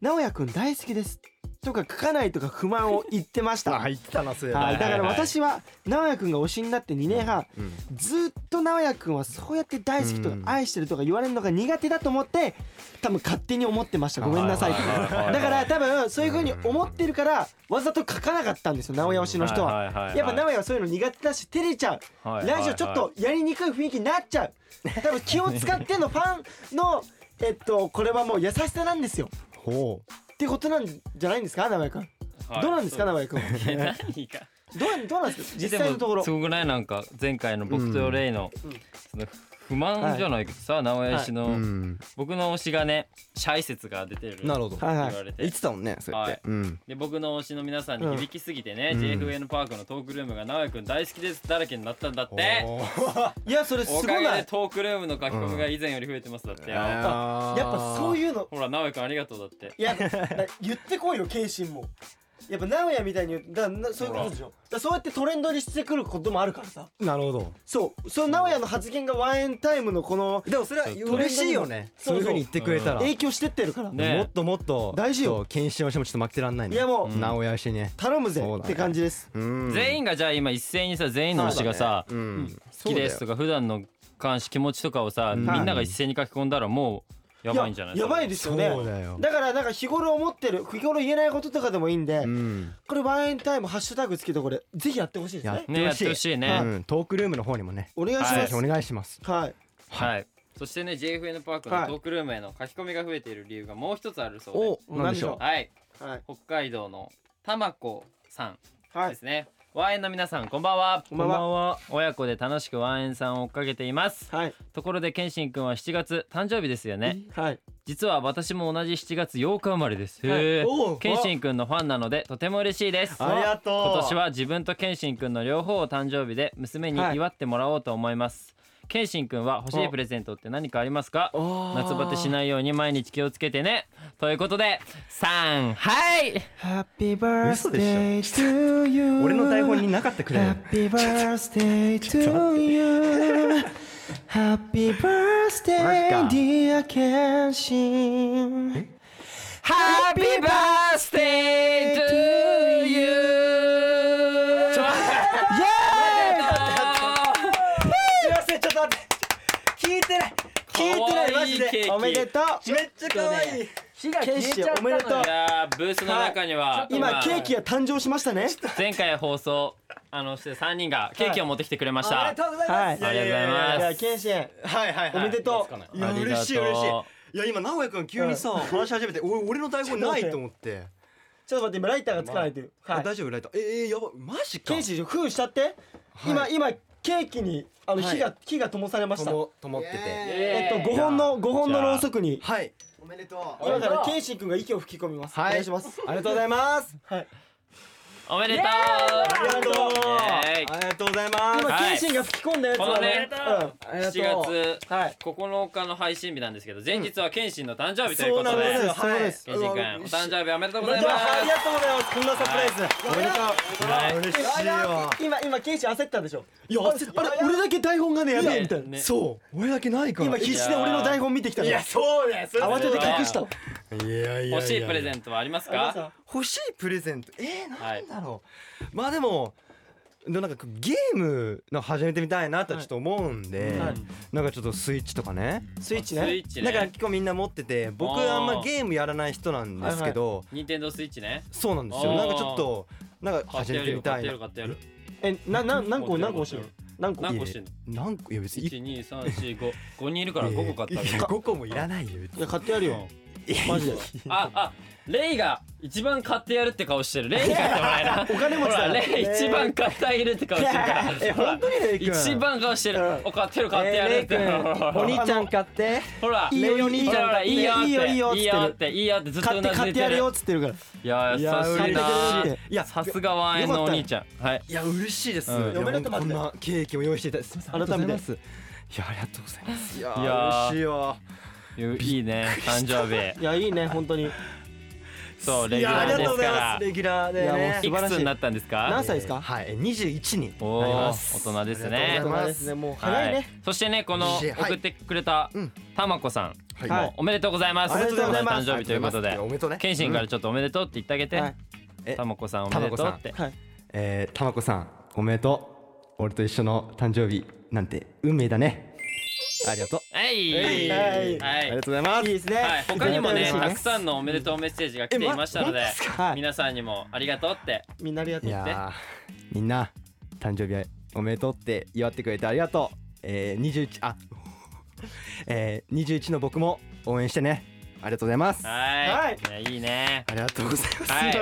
[SPEAKER 3] 直哉くん大好きですとか書かないとか不満を言ってました
[SPEAKER 4] あ入ってたなそういえば
[SPEAKER 3] はい、だから
[SPEAKER 2] はい
[SPEAKER 3] 私は直哉くんが推しになって2年半、
[SPEAKER 4] うん
[SPEAKER 3] ずっと直哉くんはそうやって大好きとか
[SPEAKER 4] うん
[SPEAKER 3] 愛してるとか言われるのが苦手だと思って多分勝手に思ってましたごめんなさいって
[SPEAKER 2] はいはいはいはい
[SPEAKER 3] だから多分そういう風に思ってるからわざと書かなかったんですよ直哉推しの人
[SPEAKER 2] い
[SPEAKER 3] は。
[SPEAKER 2] いいい
[SPEAKER 3] やっぱ名古屋はそういうの苦手だし照れちゃう、
[SPEAKER 2] はい
[SPEAKER 3] ラジオちょっとやりにくい雰囲気になっちゃう多分気を使ってのファンのえっとこれはもう優しさなんですよ
[SPEAKER 4] ほ
[SPEAKER 3] ってことなんじゃないんですか名古屋君、
[SPEAKER 2] はい
[SPEAKER 3] どうなんですか名古屋君
[SPEAKER 2] い や 何か
[SPEAKER 3] どうどうなんですか実際のところ
[SPEAKER 2] すごくないなんか前回の僕とレイのその不満じゃないけどさ名古屋市
[SPEAKER 4] うう
[SPEAKER 2] の
[SPEAKER 4] ん
[SPEAKER 2] 僕の推しがねシャイ説が出てる
[SPEAKER 4] なるほど
[SPEAKER 2] って言われて
[SPEAKER 4] 言ってたもんねそうやっ
[SPEAKER 2] はい
[SPEAKER 4] てうん
[SPEAKER 2] で僕の推しの皆さんに響きすぎてね、
[SPEAKER 4] うん
[SPEAKER 2] JFN パークのトークルームが直哉くん大好きですだらけになったんだって
[SPEAKER 4] おー
[SPEAKER 3] いやそれす
[SPEAKER 2] お
[SPEAKER 3] ご
[SPEAKER 2] かげ
[SPEAKER 3] な
[SPEAKER 2] で
[SPEAKER 3] い
[SPEAKER 2] トークルームの書き込みが以前より増えてますだって、
[SPEAKER 4] や
[SPEAKER 3] やっぱそう
[SPEAKER 4] う
[SPEAKER 3] いうの
[SPEAKER 2] ほら直哉くんありがとうだって
[SPEAKER 3] いやな言ってこいよ謙信もやっぱ名古屋みたいに言うだからなそういうことでしょだからそうやってトレンドにしてくることもあるからさ
[SPEAKER 4] なるほど
[SPEAKER 3] そうその名古屋の発言がワンエンタイムのこの
[SPEAKER 4] でもそれは嬉しいよね
[SPEAKER 3] そ
[SPEAKER 4] そ
[SPEAKER 3] そう
[SPEAKER 4] うういう風に言ってくれたら
[SPEAKER 3] 影響してってるから、
[SPEAKER 2] ね
[SPEAKER 4] もっともっと
[SPEAKER 3] 大事よ
[SPEAKER 4] そう検証してもちょっと負けてらんないね
[SPEAKER 3] いやもうん
[SPEAKER 4] 直哉しね
[SPEAKER 3] 頼むぜ
[SPEAKER 4] そうだね
[SPEAKER 3] って感じです
[SPEAKER 2] 全員がじゃあ今一斉にさ全員の推しがさ、
[SPEAKER 4] 員
[SPEAKER 2] 好きですとか普段の関心気持ちとかをさ、みんなが一斉に書き込んだらもうやばいんじゃない
[SPEAKER 3] ややばい
[SPEAKER 2] で
[SPEAKER 3] ですよね
[SPEAKER 4] そうだよ
[SPEAKER 3] からなんか日頃思ってる日頃言えないこととかでもいいんで、
[SPEAKER 4] うん
[SPEAKER 3] これワンエンタイムハッシュタグつけてこれぜひやってほしいです
[SPEAKER 4] や
[SPEAKER 3] ね
[SPEAKER 4] って
[SPEAKER 2] ねや
[SPEAKER 4] ほ
[SPEAKER 2] ってほし
[SPEAKER 4] し
[SPEAKER 2] い
[SPEAKER 4] い
[SPEAKER 2] ね
[SPEAKER 4] うんトークルームの方にもね
[SPEAKER 3] お願いし
[SPEAKER 2] は
[SPEAKER 3] ま
[SPEAKER 2] い
[SPEAKER 4] ぜひ
[SPEAKER 3] す
[SPEAKER 4] お願いします
[SPEAKER 3] はい、
[SPEAKER 2] はいそしてね JFN パーク
[SPEAKER 3] は
[SPEAKER 2] の
[SPEAKER 3] い
[SPEAKER 2] トークルームへの書き込みが増えている理由がもう一つあるそうで
[SPEAKER 3] お
[SPEAKER 5] なんでしょ
[SPEAKER 2] はい
[SPEAKER 3] うはい
[SPEAKER 2] 北海道のたまこさん
[SPEAKER 3] は
[SPEAKER 2] で
[SPEAKER 3] い
[SPEAKER 2] すね、ワンエンの皆さんこんばんは
[SPEAKER 3] こんばんは
[SPEAKER 2] 親子で楽しくワンエンさんを追っかけています
[SPEAKER 3] はい
[SPEAKER 2] ところで健信くんは7月誕生日ですよね
[SPEAKER 3] はい
[SPEAKER 2] 実は私も同じ7月8日生まれです
[SPEAKER 3] はい
[SPEAKER 2] へー
[SPEAKER 3] おう
[SPEAKER 2] 健信くんのファンなのでとても嬉しいです
[SPEAKER 4] ありがとう
[SPEAKER 2] 今年は自分と健信くんの両方を誕生日で娘に祝ってもらおうと思います、健信くんは欲しいプレゼントって何かありますか夏バテしないように毎日気をつけてねということで3はい
[SPEAKER 3] ハッピー
[SPEAKER 5] 嘘でしょ
[SPEAKER 3] birthday to you
[SPEAKER 5] 俺の台本になかったくらいだよ
[SPEAKER 3] Happy birthday to you Happy birthday
[SPEAKER 5] マジか
[SPEAKER 3] dear Kenshin
[SPEAKER 2] Happy birthday to you ちょっ
[SPEAKER 4] すいませんちょっと待って聞いてない聞いてないマジで
[SPEAKER 3] おめでとう
[SPEAKER 4] めっちゃ可愛い
[SPEAKER 3] 火が消えちゃったおめでとう
[SPEAKER 2] いやーブースの中には
[SPEAKER 3] 今ケーキが誕生しましたね
[SPEAKER 2] 前回放送あのして3人がケーキを持ってきてくれました、
[SPEAKER 4] おめでとうござい
[SPEAKER 3] は
[SPEAKER 4] ま
[SPEAKER 3] い
[SPEAKER 4] す
[SPEAKER 2] ありがとうございます
[SPEAKER 3] いやケンシン
[SPEAKER 4] はいはいはい
[SPEAKER 3] おめでとう
[SPEAKER 4] いや
[SPEAKER 2] ありがとう
[SPEAKER 4] 嬉しい嬉しいいや今直哉くん急にさ話し始めてお俺の台本ないと思って
[SPEAKER 3] ちょっと待って今ライターがつかないというは
[SPEAKER 4] あ
[SPEAKER 3] い
[SPEAKER 4] 大丈夫ライターええやばマジか
[SPEAKER 3] ケンシン封しちゃって今今ケーキにあの火が火が灯されまし
[SPEAKER 4] と
[SPEAKER 3] た
[SPEAKER 4] もともってて
[SPEAKER 3] えっと5本の5本のろうそくに
[SPEAKER 4] はいおめでと
[SPEAKER 3] 今からケンシン君が息を吹き込みますお
[SPEAKER 4] はい
[SPEAKER 3] 願いします
[SPEAKER 4] ありがとうございます
[SPEAKER 3] はい
[SPEAKER 2] おめでとう
[SPEAKER 3] ありがとう
[SPEAKER 2] イエーイ
[SPEAKER 4] ありがとうございます
[SPEAKER 3] 今
[SPEAKER 2] はい
[SPEAKER 3] ケンシンが吹き込んだやつ
[SPEAKER 2] この
[SPEAKER 3] だ
[SPEAKER 2] ね
[SPEAKER 3] ねう
[SPEAKER 4] ありがとう
[SPEAKER 2] 7月
[SPEAKER 3] んはい
[SPEAKER 2] 9日の配信日なんですけど前日は謙信の誕生日という
[SPEAKER 4] そ
[SPEAKER 2] こ
[SPEAKER 4] うな
[SPEAKER 2] と
[SPEAKER 4] ん
[SPEAKER 2] で
[SPEAKER 4] ですよ
[SPEAKER 3] そう
[SPEAKER 4] は
[SPEAKER 3] で
[SPEAKER 4] い
[SPEAKER 3] す
[SPEAKER 2] 謙信君お誕生日おめでとうござい
[SPEAKER 3] い
[SPEAKER 2] ま
[SPEAKER 3] や
[SPEAKER 2] す
[SPEAKER 3] ありがとうございますこんなサプライズおめでとう
[SPEAKER 2] はい
[SPEAKER 4] 嬉しいよ
[SPEAKER 3] 今今ケンシン焦ったでしょ
[SPEAKER 4] いや
[SPEAKER 3] あれ俺だけ台本がねやべえみたいな
[SPEAKER 2] ね
[SPEAKER 4] そう俺だけないから
[SPEAKER 3] 今必死で俺の台本見てきたの
[SPEAKER 4] そうだよそれ
[SPEAKER 3] 慌てて隠したの
[SPEAKER 4] いやいや
[SPEAKER 2] 欲しいプレゼ
[SPEAKER 4] ン
[SPEAKER 2] ントはあります
[SPEAKER 3] ありま
[SPEAKER 2] か
[SPEAKER 3] した
[SPEAKER 4] ト欲しいプレゼントえー、
[SPEAKER 2] は
[SPEAKER 4] ないんだろう、まあでもでもなんかこうゲームの始めてみたいなとはちょっと思うんで、
[SPEAKER 3] はい
[SPEAKER 4] なんかちょっとスイッチとかね、
[SPEAKER 3] スイッ
[SPEAKER 2] スイ
[SPEAKER 3] チね
[SPEAKER 2] ッチ
[SPEAKER 4] なんか
[SPEAKER 2] ね
[SPEAKER 4] 結構みんな持ってて僕
[SPEAKER 2] あー
[SPEAKER 4] あんまゲームやらない人なんですけど、
[SPEAKER 2] 任天堂スイッチね
[SPEAKER 4] そうなんですよ
[SPEAKER 2] あー
[SPEAKER 4] なんかちょっとなんか
[SPEAKER 2] 買っ
[SPEAKER 4] 始
[SPEAKER 2] てや
[SPEAKER 4] め
[SPEAKER 2] る
[SPEAKER 4] て
[SPEAKER 2] よ買っ
[SPEAKER 4] みたい
[SPEAKER 2] てや
[SPEAKER 4] な
[SPEAKER 2] る買ってやる
[SPEAKER 3] えなな何個何個欲しいの何個
[SPEAKER 2] 何個してんの
[SPEAKER 4] いや何個いや別に
[SPEAKER 2] 一二三四五五人いるから五個買ったわ
[SPEAKER 4] い
[SPEAKER 2] け
[SPEAKER 4] や5個もいらないよ別
[SPEAKER 3] い
[SPEAKER 4] に
[SPEAKER 3] や買ってやるよマジで
[SPEAKER 2] ああレイが一番買ってやるって顔してるレイに買ってもらえな
[SPEAKER 3] お金持
[SPEAKER 2] ほ
[SPEAKER 3] ちだ
[SPEAKER 2] ら
[SPEAKER 3] ね
[SPEAKER 2] レイ一番買ってあげるって顔してるから
[SPEAKER 3] え本当にレイ君
[SPEAKER 2] 一番顔してる
[SPEAKER 3] うん
[SPEAKER 2] お買ってる買ってやるって
[SPEAKER 5] えーレイ君
[SPEAKER 2] ほ
[SPEAKER 5] お
[SPEAKER 2] ら
[SPEAKER 5] 兄ちゃん買って
[SPEAKER 2] ほら
[SPEAKER 3] いいよ
[SPEAKER 2] ほらほらいいよって
[SPEAKER 3] いいよいいよ
[SPEAKER 2] いいよっていいよってずっと
[SPEAKER 3] 買
[SPEAKER 2] う
[SPEAKER 3] って
[SPEAKER 2] なず
[SPEAKER 3] 買
[SPEAKER 2] い
[SPEAKER 3] ってや
[SPEAKER 2] て
[SPEAKER 3] る
[SPEAKER 2] る
[SPEAKER 3] よっつってるから
[SPEAKER 2] いや優しいな
[SPEAKER 4] 嬉しい
[SPEAKER 2] ー
[SPEAKER 4] いや
[SPEAKER 2] さすがワンエンのお兄ちゃんはい
[SPEAKER 4] いや嬉しいです、
[SPEAKER 2] うん
[SPEAKER 4] いや
[SPEAKER 3] おめでとう
[SPEAKER 4] こんなケーキも用意していただいてすみません
[SPEAKER 3] 改めて
[SPEAKER 4] ありがとうございますいやありがとうございますいや
[SPEAKER 2] いやー
[SPEAKER 4] 嬉しいよ
[SPEAKER 2] いいね誕生日
[SPEAKER 3] いやいいね本当にい
[SPEAKER 2] そうレ
[SPEAKER 4] い
[SPEAKER 2] ギュ
[SPEAKER 4] やあ
[SPEAKER 2] ラーで
[SPEAKER 4] りがとう
[SPEAKER 2] す
[SPEAKER 4] ござ
[SPEAKER 2] か
[SPEAKER 4] います
[SPEAKER 2] ら
[SPEAKER 4] レギュラーで
[SPEAKER 3] やもう
[SPEAKER 4] ね
[SPEAKER 2] い
[SPEAKER 3] 素晴
[SPEAKER 2] くつ
[SPEAKER 3] らし
[SPEAKER 2] に
[SPEAKER 3] い
[SPEAKER 2] なったんですか
[SPEAKER 3] 何歳ですか
[SPEAKER 4] はい21に
[SPEAKER 2] お
[SPEAKER 4] なり
[SPEAKER 2] お
[SPEAKER 4] ます
[SPEAKER 2] 大人です
[SPEAKER 4] ありが
[SPEAKER 2] ね
[SPEAKER 4] とうございま
[SPEAKER 3] そうですねもう早
[SPEAKER 2] はいい
[SPEAKER 3] ね
[SPEAKER 2] そしてねこの
[SPEAKER 4] 嬉しいはい
[SPEAKER 2] 送ってくれた
[SPEAKER 4] うん
[SPEAKER 2] たまこさん
[SPEAKER 4] は
[SPEAKER 3] はい
[SPEAKER 4] も
[SPEAKER 2] おめでとうございます
[SPEAKER 4] ありがとうござい
[SPEAKER 3] ます
[SPEAKER 2] お誕生日ということで
[SPEAKER 4] おめでとうね
[SPEAKER 2] 謙信からちょっとおめでとうって言ってあげて
[SPEAKER 3] はい
[SPEAKER 4] え
[SPEAKER 2] たまこさんおめでとうって
[SPEAKER 3] はい
[SPEAKER 4] えーたまこさんおめでとう俺と一緒の誕生日なんて運命だねありがとう
[SPEAKER 2] はい
[SPEAKER 3] はい
[SPEAKER 2] は
[SPEAKER 4] あり
[SPEAKER 2] い
[SPEAKER 4] がとうございま
[SPEAKER 3] いい
[SPEAKER 4] す
[SPEAKER 3] ですね
[SPEAKER 2] はい他にもね
[SPEAKER 3] 嬉しい
[SPEAKER 2] たくさんのおめでとうメッセージが来ていましたので
[SPEAKER 3] かはい
[SPEAKER 2] 皆さんにもありがとうって
[SPEAKER 3] みんなありがと
[SPEAKER 4] いうやーみんな誕生日おめでとうって祝ってくれてありがとうえー、21あ えー、21の僕も応援してねありがとうございますあ
[SPEAKER 2] はいいやいいね
[SPEAKER 4] りがとうございます、
[SPEAKER 2] はい
[SPEAKER 4] す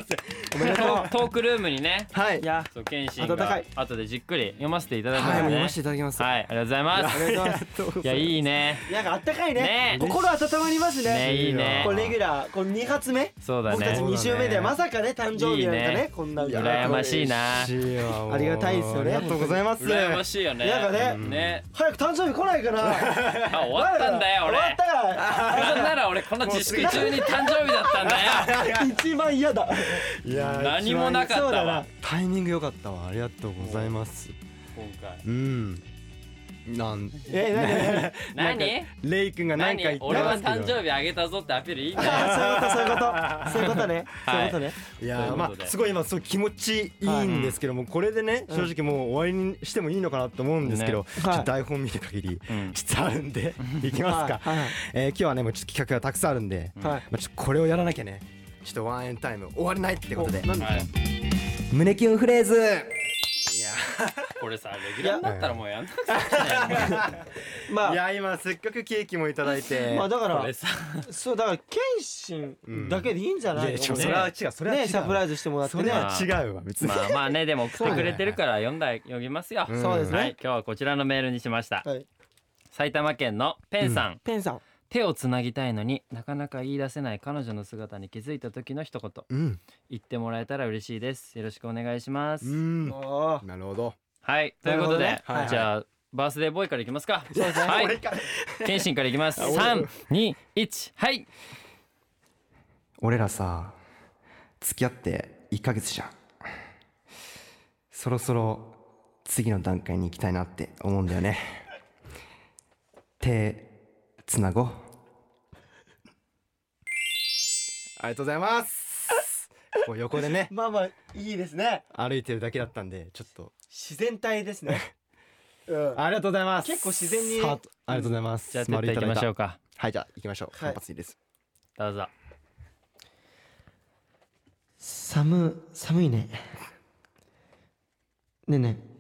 [SPEAKER 4] いません
[SPEAKER 2] トートークルームにね
[SPEAKER 4] はい
[SPEAKER 3] いや
[SPEAKER 2] そう謙信
[SPEAKER 3] 温か
[SPEAKER 2] が
[SPEAKER 3] い
[SPEAKER 2] 後でじっくり読ませていただき
[SPEAKER 4] は
[SPEAKER 2] ま
[SPEAKER 4] い、
[SPEAKER 2] す
[SPEAKER 4] もう
[SPEAKER 2] ねは
[SPEAKER 4] 読ませていただきます。
[SPEAKER 2] いありがとうございます
[SPEAKER 3] ありがとうございます
[SPEAKER 4] とうご
[SPEAKER 2] いやいいね
[SPEAKER 3] なんかあったかい
[SPEAKER 2] ね
[SPEAKER 3] ね心温まります
[SPEAKER 2] ねいいね
[SPEAKER 3] これレギュラーこれ2発目
[SPEAKER 2] そうだ
[SPEAKER 3] 僕たち
[SPEAKER 2] ね
[SPEAKER 3] 2週目でまさかね誕生日なんか
[SPEAKER 2] いいね
[SPEAKER 3] ねこんな
[SPEAKER 2] 羨ましいな
[SPEAKER 4] 嬉しいわもう
[SPEAKER 3] ありがたいですよね
[SPEAKER 4] ありがとうございます。
[SPEAKER 2] 羨ましいよね
[SPEAKER 3] なんかね
[SPEAKER 2] ね
[SPEAKER 3] 早く誕生日来ないかな
[SPEAKER 2] あ終わったんだよ
[SPEAKER 3] 終わ
[SPEAKER 2] 俺
[SPEAKER 3] ったか
[SPEAKER 2] なんなら俺この自粛中に誕生日だったんだよ
[SPEAKER 3] ら一番嫌だ
[SPEAKER 4] いや
[SPEAKER 2] 何もなか
[SPEAKER 3] そ
[SPEAKER 2] っ
[SPEAKER 3] う
[SPEAKER 2] た
[SPEAKER 3] だ
[SPEAKER 2] わ
[SPEAKER 3] な
[SPEAKER 4] タイミング良かったわ。ありがとうございます。
[SPEAKER 2] 今回
[SPEAKER 4] うん。なん
[SPEAKER 3] え何何何
[SPEAKER 2] 何
[SPEAKER 4] レイ君が何か
[SPEAKER 2] 何
[SPEAKER 4] 言って
[SPEAKER 2] 俺は
[SPEAKER 4] ますけど。
[SPEAKER 2] 誕生日あげたぞってアピールいいんだよ
[SPEAKER 3] あーそういうことそういうことそういうことねそう
[SPEAKER 2] はい
[SPEAKER 3] いうことね
[SPEAKER 4] い
[SPEAKER 2] という
[SPEAKER 4] や
[SPEAKER 2] こと
[SPEAKER 4] ま
[SPEAKER 2] で
[SPEAKER 4] あすごい今そう気持ちいいんですけどもこれでね正直もう終わりにしてもいいのかなと思うんですけど
[SPEAKER 2] ね
[SPEAKER 4] ちょっと台本見る限り
[SPEAKER 2] うん
[SPEAKER 4] 実はあるんでいきますか
[SPEAKER 3] はいはい
[SPEAKER 4] えー今日はねもうちょっと企画がたくさんあるんで
[SPEAKER 3] はい
[SPEAKER 4] まあちょっとこれをやらなきゃねちょっとワンエンタイム終われないってことで
[SPEAKER 3] おなんで
[SPEAKER 2] はい
[SPEAKER 4] 胸キュンフレーズいや
[SPEAKER 2] これさレギュラーになったらもうやんなくて
[SPEAKER 3] ま
[SPEAKER 4] い
[SPEAKER 3] あ
[SPEAKER 4] や今せっかくケーキもいただいて
[SPEAKER 3] まあだか
[SPEAKER 2] こ
[SPEAKER 3] ら
[SPEAKER 2] れさ
[SPEAKER 3] そうだから謙信だけでいいんじゃないの、
[SPEAKER 4] いやちょ
[SPEAKER 3] ね
[SPEAKER 4] それは違うそれは違う
[SPEAKER 3] ねサプライズしてもらって
[SPEAKER 4] そ
[SPEAKER 3] ね
[SPEAKER 4] れは違うわ別に
[SPEAKER 2] まあまあねでも送ってくれてるから読んだ読みますよ、
[SPEAKER 4] ん
[SPEAKER 3] そうですね、
[SPEAKER 2] はい今日はこちらのメールにしました、
[SPEAKER 3] はい
[SPEAKER 2] 埼玉県のペンさん、
[SPEAKER 3] ペンさん
[SPEAKER 2] 手をつなぎたいのになかなか言い出せない彼女の姿に気づいた時の一言
[SPEAKER 4] うん
[SPEAKER 2] 言ってもらえたら嬉しいですよろしくお願いします、
[SPEAKER 4] うん
[SPEAKER 3] あ
[SPEAKER 4] なるほど
[SPEAKER 2] はいということで、
[SPEAKER 3] なる
[SPEAKER 4] どねはい
[SPEAKER 2] じゃあバースデーボーイからいきますか はい
[SPEAKER 4] 俺から
[SPEAKER 2] 謙信からいきます三二一はい
[SPEAKER 4] 俺らさ付き合って1ヶ月じゃんそろそろ次の段階に行きたいなって思うんだよ ね手つなごうありがとうございますこう横でね
[SPEAKER 3] まあまあいいですね
[SPEAKER 4] 歩いてるだけだったんでちょっと
[SPEAKER 3] 自然体ですね、うん、
[SPEAKER 4] ありがとうございます
[SPEAKER 3] 結構自然に
[SPEAKER 4] さあありがとうございます
[SPEAKER 2] じゃあ絶対いきましょうか
[SPEAKER 4] はいじゃあ行きましょう
[SPEAKER 3] はい
[SPEAKER 4] 反発いいです
[SPEAKER 2] どうぞ
[SPEAKER 3] 寒寒いねねえねえ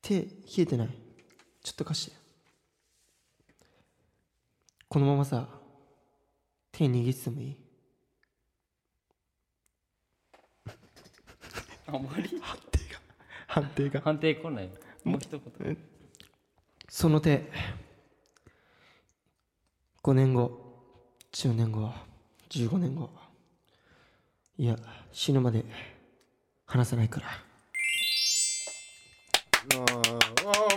[SPEAKER 3] 手冷えてないちょっと貸してこのままさ手握っててもいい
[SPEAKER 2] あまり
[SPEAKER 4] 判定が
[SPEAKER 2] 判定来ないもう一言
[SPEAKER 3] その手5年後10年後15年後いや死ぬまで離さないから
[SPEAKER 4] まあ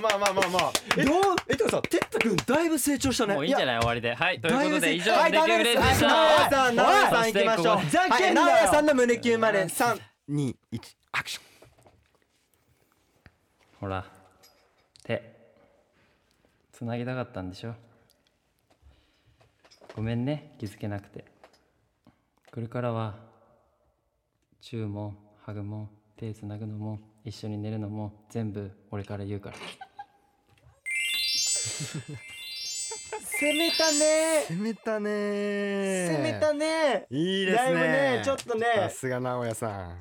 [SPEAKER 4] まあまあまあ
[SPEAKER 6] どう
[SPEAKER 4] えてかさ
[SPEAKER 6] てったくんだいぶ成長したね
[SPEAKER 2] もういいんじゃない終わりではいということで以上
[SPEAKER 6] は
[SPEAKER 2] 「
[SPEAKER 6] い
[SPEAKER 2] デキューレイズ」でし
[SPEAKER 6] はい直哉さ
[SPEAKER 2] た
[SPEAKER 6] ん直哉さん
[SPEAKER 2] そ
[SPEAKER 6] 行
[SPEAKER 2] て
[SPEAKER 6] きましょう
[SPEAKER 2] ここで
[SPEAKER 6] じゃんけん
[SPEAKER 3] だよ
[SPEAKER 6] 直哉さんの胸キュンまで3
[SPEAKER 4] 2 1アクション
[SPEAKER 2] ほら手つなぎたかったんでしょごめんね気づけなくてこれからはチューもハグも手つなぐのも一緒に寝るのも全部俺から言うから
[SPEAKER 3] 攻めたね
[SPEAKER 4] 攻めたねー
[SPEAKER 3] 攻めたね
[SPEAKER 4] いいですね
[SPEAKER 3] だいぶねちょっとね
[SPEAKER 4] さすが直哉さん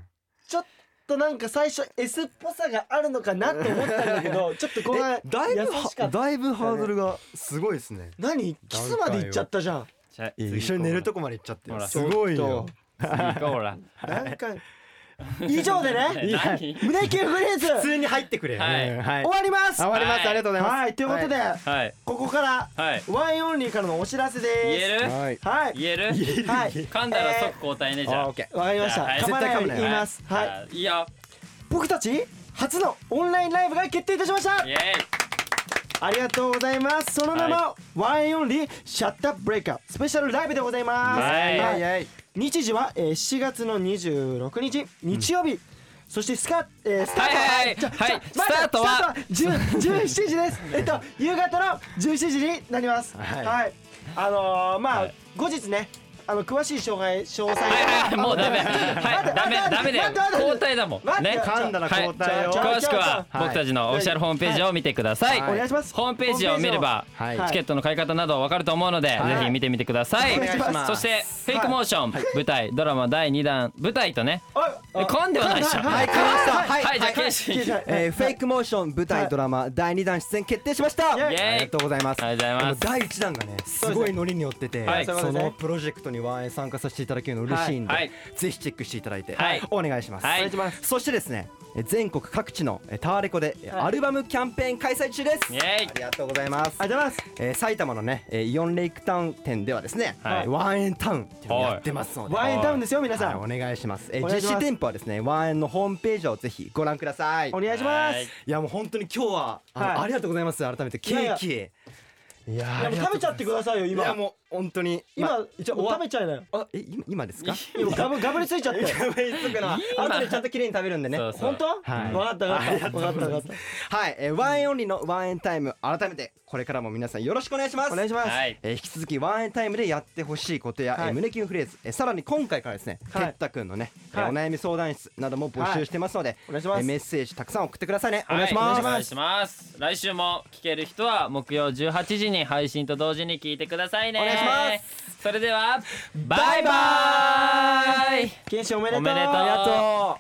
[SPEAKER 3] ちょっとなんか最初 S っぽさがあるのかなって思ったんだけ どちょっとこの優
[SPEAKER 4] だいぶ
[SPEAKER 3] しかった
[SPEAKER 4] だいぶハードルがすごいですね
[SPEAKER 3] 何キスまでいっちゃったじゃん
[SPEAKER 2] じゃあ
[SPEAKER 4] 一緒に寝ると
[SPEAKER 2] こ
[SPEAKER 4] こまで行っちゃって
[SPEAKER 2] ほら
[SPEAKER 4] るすごいよ
[SPEAKER 2] 次行 こうほら
[SPEAKER 3] なんか以上でね
[SPEAKER 2] 何
[SPEAKER 3] 胸キュンフレーズ
[SPEAKER 4] 普
[SPEAKER 3] 終
[SPEAKER 4] 通に入ってくれ
[SPEAKER 2] はい
[SPEAKER 4] うんはい
[SPEAKER 3] わります
[SPEAKER 4] 終わります
[SPEAKER 2] はい
[SPEAKER 4] ありがとうございます
[SPEAKER 3] はいということで
[SPEAKER 2] はい
[SPEAKER 3] ここから
[SPEAKER 2] はい
[SPEAKER 3] ワインオンリーからのお知らせ
[SPEAKER 2] 言
[SPEAKER 3] で
[SPEAKER 2] え
[SPEAKER 3] す
[SPEAKER 2] る
[SPEAKER 4] はい
[SPEAKER 3] はい
[SPEAKER 2] 言える
[SPEAKER 3] はい
[SPEAKER 2] 噛んだら即交代ねじゃ
[SPEAKER 4] あ
[SPEAKER 2] あ
[SPEAKER 4] オッケ
[SPEAKER 3] わかりました
[SPEAKER 2] はい
[SPEAKER 3] 噛まないように
[SPEAKER 4] 絶対噛むな
[SPEAKER 3] 言いますはい
[SPEAKER 2] いいいよ
[SPEAKER 3] 僕たち初のオンラインライブが決定いたしました
[SPEAKER 2] イエーイ
[SPEAKER 3] ありがとうございますその名も、ワインオンリーシャッターブレイカースペシャルライブでございます、
[SPEAKER 2] はい
[SPEAKER 4] ーはい
[SPEAKER 3] 日時は、えー、7月の26日日曜日、そしてスカ、えー、スター
[SPEAKER 2] はい
[SPEAKER 3] ト
[SPEAKER 2] はい
[SPEAKER 3] ちょ
[SPEAKER 2] はい
[SPEAKER 3] ちょ待って
[SPEAKER 2] スタートは
[SPEAKER 3] スタートは10 17時 ですえっと夕方の17時になりますは、
[SPEAKER 4] はいい
[SPEAKER 3] あのー、まあ、
[SPEAKER 2] はい
[SPEAKER 3] 後日ねあの詳しい詳細詳細
[SPEAKER 2] はいはいはいもうダメはいダメダメだよ交代だもん
[SPEAKER 3] 待って
[SPEAKER 2] ね
[SPEAKER 4] 噛んだら交代を
[SPEAKER 3] じゃあ
[SPEAKER 2] 詳しくは
[SPEAKER 3] じ
[SPEAKER 4] ゃあ
[SPEAKER 2] 僕たちのオフィシャルホームページを見てください、
[SPEAKER 4] はい
[SPEAKER 3] お願いします
[SPEAKER 2] ホームページを見れば
[SPEAKER 4] ホームページをはい
[SPEAKER 2] チケットの買い方などわかると思うので、
[SPEAKER 4] はい
[SPEAKER 2] ぜひ見てみてください,、
[SPEAKER 3] お願いします
[SPEAKER 2] そしてフェイクモーション、舞台ドラマ第2弾舞台とねえ噛んではないでしょ
[SPEAKER 3] はい
[SPEAKER 6] 噛みました
[SPEAKER 2] はい、
[SPEAKER 6] はい
[SPEAKER 2] じゃあ剣心、あ
[SPEAKER 6] えーフェイ
[SPEAKER 3] ク
[SPEAKER 6] クモーション舞台ドラマ第2弾出演決定しました
[SPEAKER 3] イエイ
[SPEAKER 6] ありがとうございます
[SPEAKER 2] りがとうございます
[SPEAKER 4] 第一弾がねすごいノリによってて
[SPEAKER 2] はい
[SPEAKER 4] そのプロジェクトにワンエン参加させていただけるの嬉しいん
[SPEAKER 2] はい
[SPEAKER 4] でぜひチェックしていただいて
[SPEAKER 2] はい
[SPEAKER 4] お願いします
[SPEAKER 2] はいお願いしま
[SPEAKER 4] そしてですねえ全国各地のえタワレコでえアルバムキャンペーン開催中です
[SPEAKER 2] イエイ
[SPEAKER 4] ありがとうございます
[SPEAKER 3] ありがとうございます
[SPEAKER 4] えー埼玉のね、えーイオンレイクタウン店ではですね、
[SPEAKER 2] はい
[SPEAKER 4] ワンエンタウンっていうのをやってますので、
[SPEAKER 3] ワインタウンですよ皆さん、
[SPEAKER 4] はいお願いします、えー
[SPEAKER 3] お願いし
[SPEAKER 4] 実
[SPEAKER 3] ます
[SPEAKER 4] 施店舗はですねワンエンのホームページをぜひご覧ください
[SPEAKER 3] お願いします、
[SPEAKER 2] はい
[SPEAKER 4] いやもう本当に今日はあの、
[SPEAKER 3] はい
[SPEAKER 4] ありがとうございます改めてケーキいやいや
[SPEAKER 3] いやもう食べちゃってくださいよ
[SPEAKER 4] い
[SPEAKER 3] 今
[SPEAKER 4] やもう本当に
[SPEAKER 3] 今、
[SPEAKER 4] まあ
[SPEAKER 3] 一応食べちゃいなよ
[SPEAKER 4] あえ今今で すか
[SPEAKER 3] 今ガブガブについちゃ って
[SPEAKER 4] 食べ急ぐのは後でちゃんと綺麗に食べるんでね
[SPEAKER 2] そうそう
[SPEAKER 3] 本当、
[SPEAKER 4] はい
[SPEAKER 3] 分かった分かった分かった分かった
[SPEAKER 4] はい、えーワンエンオンリーのワンエンタイム改めてこれからも皆さんよろしくお願いします
[SPEAKER 3] お願いします、
[SPEAKER 2] はい
[SPEAKER 4] えー引き続きワンエンタイムでやってほしいことや、
[SPEAKER 3] はい
[SPEAKER 4] えー胸キュンフレーズ、えーさらに今回からですね、
[SPEAKER 3] はい
[SPEAKER 4] てったくんのね、えー
[SPEAKER 3] はい
[SPEAKER 4] お悩み相談室なども募集してますので、
[SPEAKER 3] お願いします
[SPEAKER 4] えーメッセージたくさん送ってくださいね、
[SPEAKER 2] はい
[SPEAKER 4] お願いします
[SPEAKER 2] お願いします来週も聞ける人は木曜18時に配信と同時に聞いてくださいね
[SPEAKER 4] お願いします
[SPEAKER 2] それではバイバイ
[SPEAKER 3] 検視おめでと
[SPEAKER 2] お
[SPEAKER 3] う
[SPEAKER 2] めでとう
[SPEAKER 3] ありがとう